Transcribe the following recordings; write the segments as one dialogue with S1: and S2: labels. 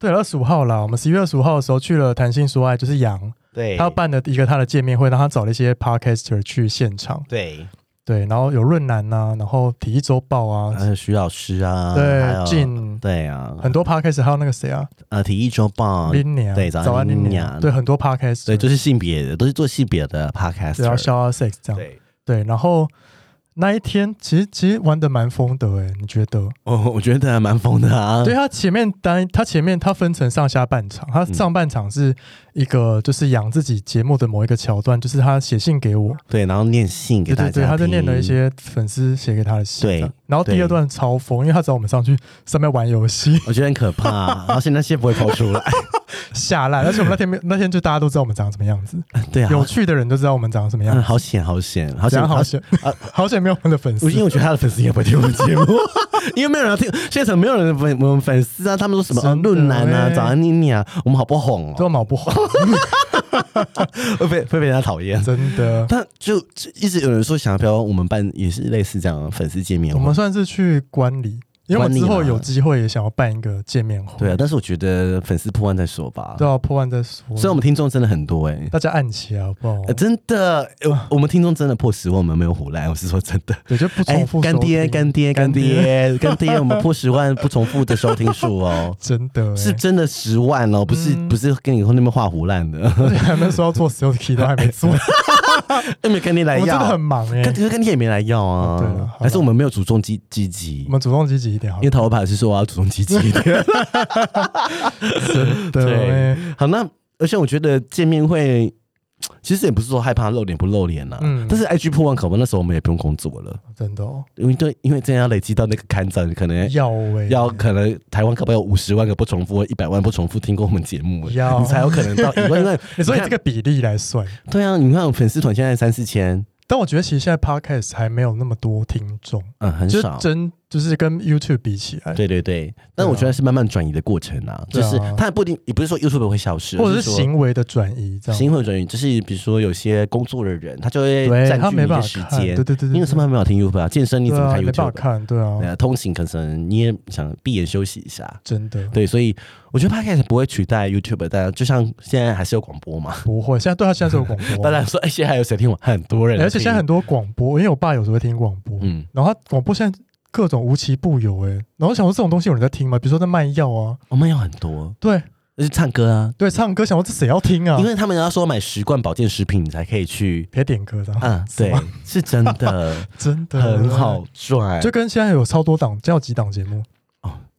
S1: 对二十五号啦。我们十一月二十五号的时候去了谈性说爱，就是杨
S2: 对，
S1: 他办了一个他的见面会，然后他找了一些 podcaster 去现场，
S2: 对，
S1: 对，然后有润南呐、然后体育周报啊，
S2: 还有徐老师啊，嗯还
S1: 对，
S2: 有
S1: 进
S2: 对啊，
S1: 很多 podcast，还有那个谁啊，
S2: 呃，体育周报，
S1: 林娘，
S2: 对早
S1: 早安
S2: 安
S1: 林
S2: 林
S1: 娘，
S2: 娘
S1: 对，很多 podcast，
S2: 对，就是性别的，都是做性别的 podcast，
S1: 对，要消 sex 这样，
S2: 对，
S1: 对，然后那一天其实其实玩的蛮疯的诶，你觉得？
S2: 哦，我觉得蛮疯的啊，
S1: 对，他前面单，他前面他分成上下半场，他
S2: 嗯
S1: 上半场是一个就是养自己节目的某一个桥段，就是他写信给我，
S2: 对，然后念信给
S1: 对
S2: 大
S1: 对
S2: 家，
S1: 对，他就念了一，些粉丝写给他的信，
S2: 对
S1: 这样然后第二
S2: 对
S1: 段超疯，因为他找我们上去上面玩游戏
S2: 我觉得很可怕，啊而且那些不会抛出来，
S1: 下烂，而且我们那天没有那天就大家都知道我们长什么样子，
S2: 对啊，
S1: 有趣的人都知道我们长什么样
S2: 嗯，
S1: 子。
S2: 好险，好险，好
S1: 怎
S2: 险，
S1: 样好险，啊好险没有我们的 粉丝
S2: 我因为我觉得他的粉丝也不会听我们 节目，因为没有人要听，现场没有人粉我们粉丝啊，他们说什么啊
S1: 真的
S2: 论坛啊、
S1: 欸
S2: 早安妮妮啊，我们好不红 哦，
S1: 都毛不好，
S2: 会被会被人家讨厌。
S1: 真的。
S2: 但就就一直有人说想要不要我们办也是类似这样的粉丝见面
S1: 我
S2: 会
S1: 们，算是去观礼，因为我
S2: 观礼
S1: 之后
S2: 啦
S1: 有机会也想要办一个见面会，
S2: 对啊啊，但是我觉得粉丝破万再说吧，
S1: 都要破万再说。
S2: 虽然我们听众真的很多哎、
S1: 大家按起来好不好？
S2: 呃真的，我我们听众真的破十万，我们没有胡来，我是说真的。
S1: 对，就不
S2: 哎
S1: 重复、，，
S2: 干爹，干，爹，干爹，干爹，我们破十万不重复的收听数哦
S1: 真的、欸、
S2: 是真的十万哦，不是
S1: 嗯
S2: 不是跟你那边画胡烂的。
S1: 而且还没说要做 s e l k y 都还没做，我
S2: 又没有跟你来
S1: 们真的
S2: 要
S1: 很，忙哎、
S2: 跟可是跟你也没来要
S1: 哦
S2: 啊。
S1: 对了好嗯
S2: 还是我们没有主动积积极
S1: 我，们主动积极一点好
S2: 因为，塔罗牌是说我要主动积极一点。
S1: 真的、
S2: 对
S1: 欸，
S2: 好，那而且我觉得见面会。其实也不是说害怕露脸不露脸啦、啊
S1: 嗯
S2: 但是 IG 破万可不，那时候我们也不用工作了，
S1: 真的、哦、
S2: 因为对，因为真的要累积到那个看涨，可能
S1: 要哎、
S2: 要可能台湾可不有五十万个不重复，一百万不重复听过我们节目，
S1: 要
S2: 你才有可能到一 万。那
S1: 你欸说以
S2: 看
S1: 这个比例来算，
S2: 对啊，你看我粉丝团现在三四千，
S1: 但我觉得其实现在 podcast 还没有那么多听众，
S2: 嗯，很
S1: 就
S2: 少。
S1: 真就是跟 YouTube 比起来，
S2: 对对对，但我觉得是慢慢转移的过程啊，
S1: 哎啊对
S2: 就
S1: 啊
S2: 是它不一定，也不是说 YouTube 会消失，
S1: 或者
S2: 而
S1: 是
S2: 是说
S1: 行为的转移这样。
S2: 行为转移，就是比如说有些工作的人，他就会
S1: 对
S2: 占
S1: 他
S2: 据
S1: 没
S2: 你
S1: 办法
S2: 的时
S1: 看，对
S2: 间
S1: 对，对对，
S2: 因为什么
S1: 对
S2: 没有听 YouTube 啊？健身你怎么
S1: 对啊没
S2: 看
S1: 办法
S2: YouTube？
S1: 看，对啊
S2: 对，啊，通勤可能你也想闭眼休息一下。
S1: 真的
S2: 对，所以我觉得 Podcast 不会取代 YouTube，但就像现在还是有广播嘛。
S1: 不会。现在对啊他现在是有广播，
S2: 当然说，哎，现在还有谁听我？很多人
S1: 哎，
S2: 听，
S1: 哦而且现在很多广播，因为我爸有时候会听广播，
S2: 嗯，
S1: 然后他广播现在各种无奇不有，哎，然后我想说这种东西有人在听吗？比如说在卖药啊，
S2: 我们有很多，
S1: 对
S2: 就是唱歌啊，
S1: 对，唱歌，想说这谁要听啊
S2: 因？为他们要说买十罐保健食品，你才可以去。
S1: 别点歌的，
S2: 嗯，对，是真的。
S1: 真的
S2: 很好。赚。
S1: 就跟现在有超多档，叫几档节目，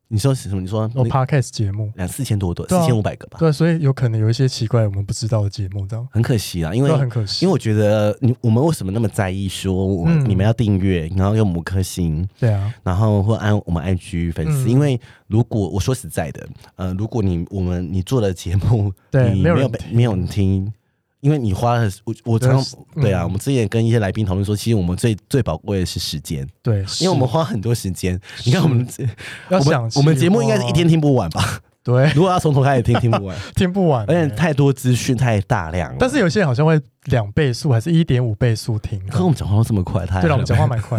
S2: 你说什么？你说
S1: 哦
S2: 那
S1: ，podcast 节目，
S2: 两四千多多，
S1: 对
S2: 四
S1: 啊
S2: 千五百个吧，
S1: 对，所以有可能有一些奇怪我们不知道的节目，这样，
S2: 很可惜啊，因为
S1: 那很可惜。
S2: 因为我觉得你我们为什么那么在意说我
S1: 嗯
S2: 你们要订阅，然后用五颗星，
S1: 对啊，
S2: 然后或按我们 IG 粉丝？
S1: 嗯
S2: 因为如果我说实在的，呃，如果你我们你做的节目，
S1: 对
S2: 你
S1: 没
S2: 没
S1: 有
S2: 有
S1: 人
S2: 被
S1: 听
S2: 没有人听。因为你花了，我我常
S1: 对嗯
S2: 对啊，我们之前跟一些来宾讨论说，其实我们最最宝贵的是时间，
S1: 对，
S2: 因为我们
S1: 是
S2: 花很多时间。你看我们
S1: 要
S2: 我
S1: 想哦
S2: 们我们节目应该是
S1: 计划
S2: 一天听不完吧？
S1: 对
S2: 如果要从头开始 听，听 不完，欸
S1: 听不完，
S2: 而且太多资讯太大量了。
S1: 但是有些人好像会两倍速还是一点五倍速听。啊
S2: 可我们讲话都这么快，太
S1: 对了，我们讲话蛮快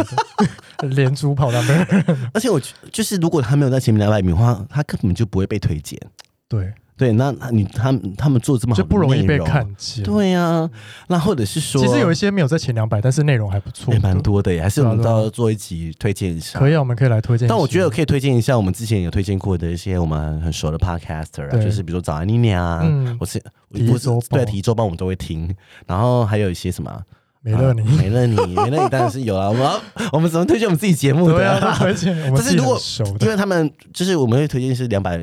S1: 的，连珠炮那边。
S2: 而且我觉就是如果他没有在前面两百米的话，他根本就不会被推荐。
S1: 对，
S2: 对，那那你他们他们做这么 好
S1: 就
S2: 的
S1: 不容易被
S2: 内容。
S1: 看见。，
S2: 对啊呀、那或者是说，
S1: 其实有一些没有在前两百，但是内容还不错，
S2: 也蛮。多的耶，还是我们
S1: 对啊对啊
S2: 到做一集推荐一下。
S1: 可以啊，我们可以来推荐一些。
S2: 但我觉得可以推荐一下我们之前有推荐过的一些我们很熟的 podcaster 啊，
S1: 对
S2: 就是比如说早安妮妮啊，
S1: 嗯
S2: 我是
S1: 体育
S2: 我是
S1: 周报
S2: 对体育周报我们都会听，然后还有一些什么啊
S1: 美乐 你，
S2: 美乐你，美乐你当然是有了。啊我们要我们怎么推荐我们自己节目
S1: 对
S2: 的、
S1: 啊，都推荐我们
S2: 但
S1: 自
S2: 是
S1: 己
S2: 如果
S1: 很熟
S2: 因
S1: 的。
S2: 为他们就是我们会推荐是两百，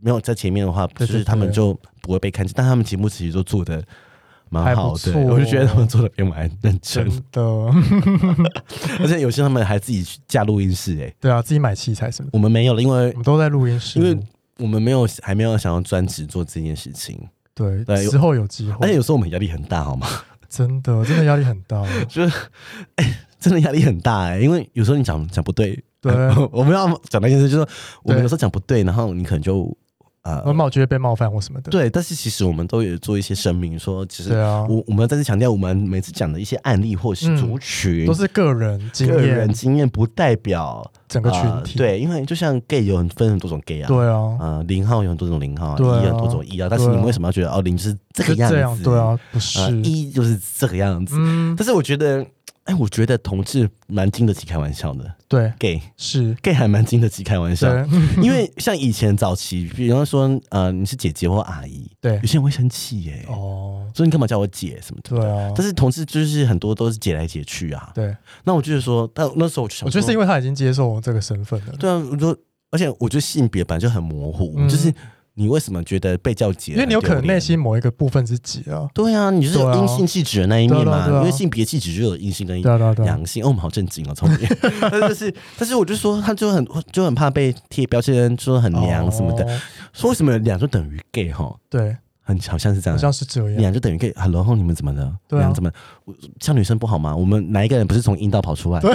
S2: 没有在前面的话，
S1: 对对
S2: 就是他们
S1: 对
S2: 就不会被看见。但他们节目其实都做的蛮
S1: 还不
S2: 好的，
S1: 错嗯
S2: 我就觉得他们做的也蛮认真
S1: 真，的，
S2: 而且有些他们还自己去架录音室、欸。哎，
S1: 对啊，自己买器材什么的，
S2: 我们没有了，因为
S1: 我们都在录音室
S2: 因
S1: 录。
S2: 为我们没有还没有想要专职做这件事情，
S1: 对，
S2: 对有
S1: 之后有机
S2: 而且
S1: 会，
S2: 有时候我们压力很大，好吗？
S1: 真的真的压力很大。
S2: 真的压力很大哎、因为有时候你讲讲不对，
S1: 对，啊
S2: 我们要讲那件事，就是我们
S1: 对哦
S2: 有时候讲不对，然后你可能就呃
S1: 我冒觉得被冒犯或什么的。
S2: 对，但是其实我们都有做一些声明，说其实
S1: 对啊，
S2: 我我们再次强调，我们每次讲的一些案例或是
S1: 嗯
S2: 族群，
S1: 都是个人经
S2: 个人
S1: 验，
S2: 经验，不代表
S1: 整个群
S2: 呃
S1: 体。
S2: 对，因为就像 gay 有很分很多种 gay 啊，
S1: 对啊，
S2: 呃，零号有很多种零号啊，
S1: 对啊
S2: 一有很多种一啊，但是
S1: 对啊
S2: 你们为什么要觉得哦零是这个
S1: 是
S2: 样子？
S1: 这样对，啊，不是
S2: 呃，一就是这个样子。
S1: 嗯，
S2: 但是我觉得，哎，我觉得同志蛮经得起开玩笑的
S1: 对，
S2: ，gay
S1: 是，
S2: gay 还蛮经得起开玩笑，
S1: 对，
S2: 因为像以前早期，比方说呃你是姐姐或阿姨，
S1: 对
S2: 有，些人会生气耶、
S1: 哦，
S2: 所以你干嘛叫我姐什么的？
S1: 对啊，
S2: 但是同志就是很多都是姐来姐去啊。
S1: 对，
S2: 那我就是说，但那时候我就想说，
S1: 我觉得是因
S2: 为
S1: 为他已经接受我这个身份了。
S2: 对啊，我说，而且我觉得性别本来就很模糊，
S1: 嗯
S2: 就是你为什么觉得被叫姐？
S1: 因为你有可能内。心某一个部分是己啊，
S2: 对啊，你就是有
S1: 对啊
S2: 阴性气质的那一面
S1: 对啊对
S2: 嘛，
S1: 啊对啊
S2: 因为性别气质就有阴性跟
S1: 对啊对啊对啊，
S2: 阳性。哦，我们好正经哦，聪明。 但是就是，但是我就说，他就很就很怕被贴标签，说很娘什么的。
S1: 哦，
S2: 说为什么娘就等于 gay 哈？
S1: 对，
S2: 很好像是这
S1: 好
S2: 样，
S1: 像是这样，
S2: 嗯娘就等于 gay。啊然后你们怎么了？
S1: 对啊
S2: 娘怎么了？我像女生不好吗？我们哪一个人不是从阴道跑出来的？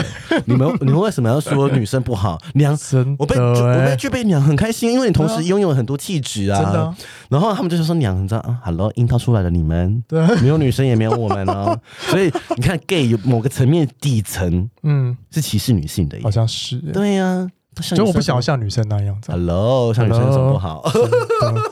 S2: 你们 你们为什么要说女生不好？ 娘，
S1: 真
S2: 我被
S1: 的
S2: 我被
S1: 欸
S2: 去被娘很开心，因为你同
S1: 对
S2: 时
S1: 啊
S2: 拥有了很多气质啊。
S1: 真的啊，
S2: 然后他们就是说娘，你知道啊，Hello，樱桃出来了，你们
S1: 对啊，
S2: 没有女生也没有我们 哦，所以你看 gay 有某个层面底层
S1: 嗯，
S2: 是歧视女性的耶，
S1: 好像是欸，
S2: 对呀、啊，像
S1: 就我
S2: 女
S1: 不
S2: 生
S1: 想要像女生那样， 这样
S2: Hello，像女生有什么不好？
S1: 真的。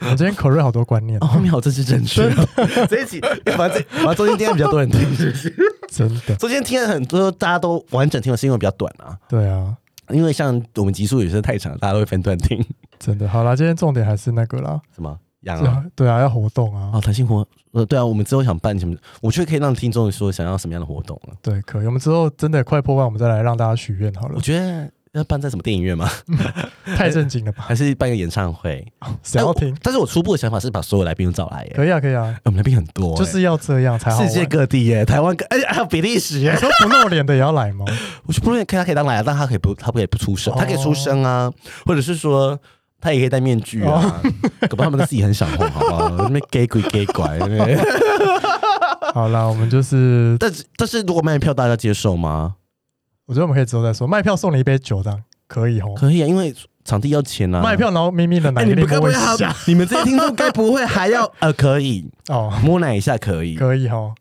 S1: 我今天口瑞好多观念
S2: 哦，，后面好政治正确哦， 这一集反正反正中间听的比较多人听，是不是？
S1: 真的，
S2: 中间听了很多，大家都完整听完是因为比较短啊，
S1: 对啊，
S2: 因为像我们集数有些太长，大家都会分段听，
S1: 真的。好啦，今天重点还是那个啦，
S2: 什么羊啊？
S1: 对对啊，要活动啊
S2: 哦，，弹性活，呃，对啊，我们之后想办什么，我觉得可以让听众说想要什么样的活动啊。
S1: 对，可以。我们之后真的快破万，我们再来让大家许愿好了
S2: 我。觉得要办在什么电影院吗？
S1: 太正经了吧？
S2: 还是办一个演唱会？
S1: 谁要听
S2: 哎但我？但是我初步的想法是把所有来宾都找来耶，
S1: 可以啊，可以啊，
S2: 哎我们来宾很多耶，
S1: 就是要这样才好玩。啊
S2: 世界各地耶，台湾各，而且还有比利时耶
S1: 你。说不露脸的也要 来吗？
S2: 我就不论可以他可以当来啊，但他可以不，他不可以不出声，
S1: 哦
S2: 他可以出声啊，或者是说。他也可以戴面具啊，
S1: 哦
S2: 可不好他们自己很想红，好不好？那边 gay 鬼 gay 拐，那边
S1: 好啦，我们就是，
S2: 但是但是如果卖票，大家接受吗？
S1: 我觉得我们可以之后再说。卖票送你一杯酒，这样可以哦。
S2: 可以啊，因为场地要钱啊。
S1: 卖票然后咪咪的奶
S2: 哎，
S1: 一
S2: 你
S1: 定
S2: 们该不
S1: 摸
S2: 会
S1: 一
S2: 还
S1: 下
S2: 你们这些听众该不会 还要呃可以
S1: 哦，
S2: 摸奶一下可以？
S1: 可以哦，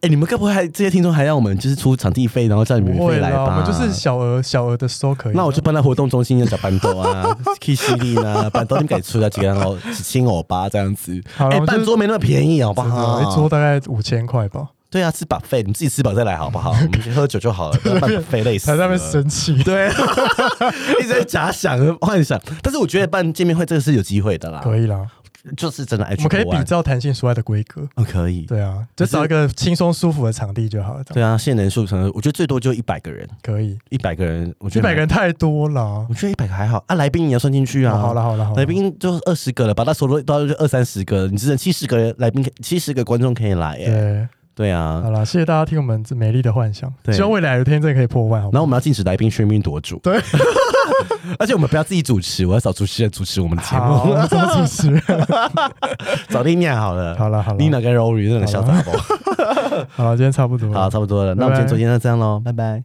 S2: 哎、你们该不会还这些听众还要我们就是出场地费，然后叫你们
S1: 不
S2: 免费
S1: 会
S2: 来
S1: 啦，我
S2: 吧？
S1: 们就是小额小额的收可以。
S2: 那我就搬到活动中心的小板 凳啊，K C D 呢，啊板凳你们给出来几个人哦，几千欧巴这样子。
S1: 好了，
S2: 哎、
S1: 我们
S2: 半
S1: 就是
S2: 桌没那么便宜，好不
S1: 真
S2: 好？
S1: 的一桌大概五千块吧，
S2: 对啊，吃把费，你自己吃饱再来好不好？我们去喝酒就 好了，不要办费累死
S1: 还
S2: 了。
S1: 在那边生气。
S2: 对，啊 一直在假想幻想，但是我觉得办见面会这个是有机会的啦，
S1: 可以啦，
S2: 就是真的爱
S1: 我
S2: 啊去
S1: 们可以
S2: 国外
S1: 比照弹性说爱的规格。
S2: 哦，可以。
S1: 对啊，就找一个轻松舒服的场地就好了。这样
S2: 对啊，限人数可能我觉得最多就一百个人，
S1: 可以，
S2: 一百个人，我觉
S1: 一
S2: 得
S1: 百个人太多了。
S2: 我觉得一百个还好啊，来宾也要算进去啊。
S1: 哦好了好了好了，
S2: 来宾就二十个了吧？那时候到就二三十个，你只剩七十个来宾，七十个观众可以来耶、
S1: 对，
S2: 对啊
S1: 好，了，谢谢大家听我们这美丽的幻想，
S2: 对
S1: 希望未来有一天真的可以破万，好
S2: 然后
S1: 吗？
S2: 我们要禁止来宾喧宾夺主。
S1: 对，
S2: 而且我们不要自己主持，我要找主持人主持我们的节
S1: 好，我
S2: 目，
S1: 们怎么主 持？
S2: 找丽娜好了。
S1: 好了好
S2: 丽
S1: 了，
S2: 娜跟 Rory 真的小杂包。
S1: 好了，今天差不多了
S2: 好，。差不多了，那我
S1: 拜拜
S2: 们今天昨天就这样喽，拜拜。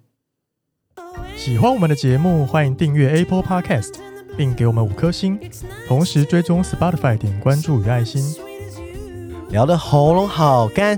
S1: 喜欢我们的节目，欢迎订阅 Apple Podcast，并给我们五颗星，同时追踪 Spotify 点关注与爱心。
S2: 聊的喉咙好干，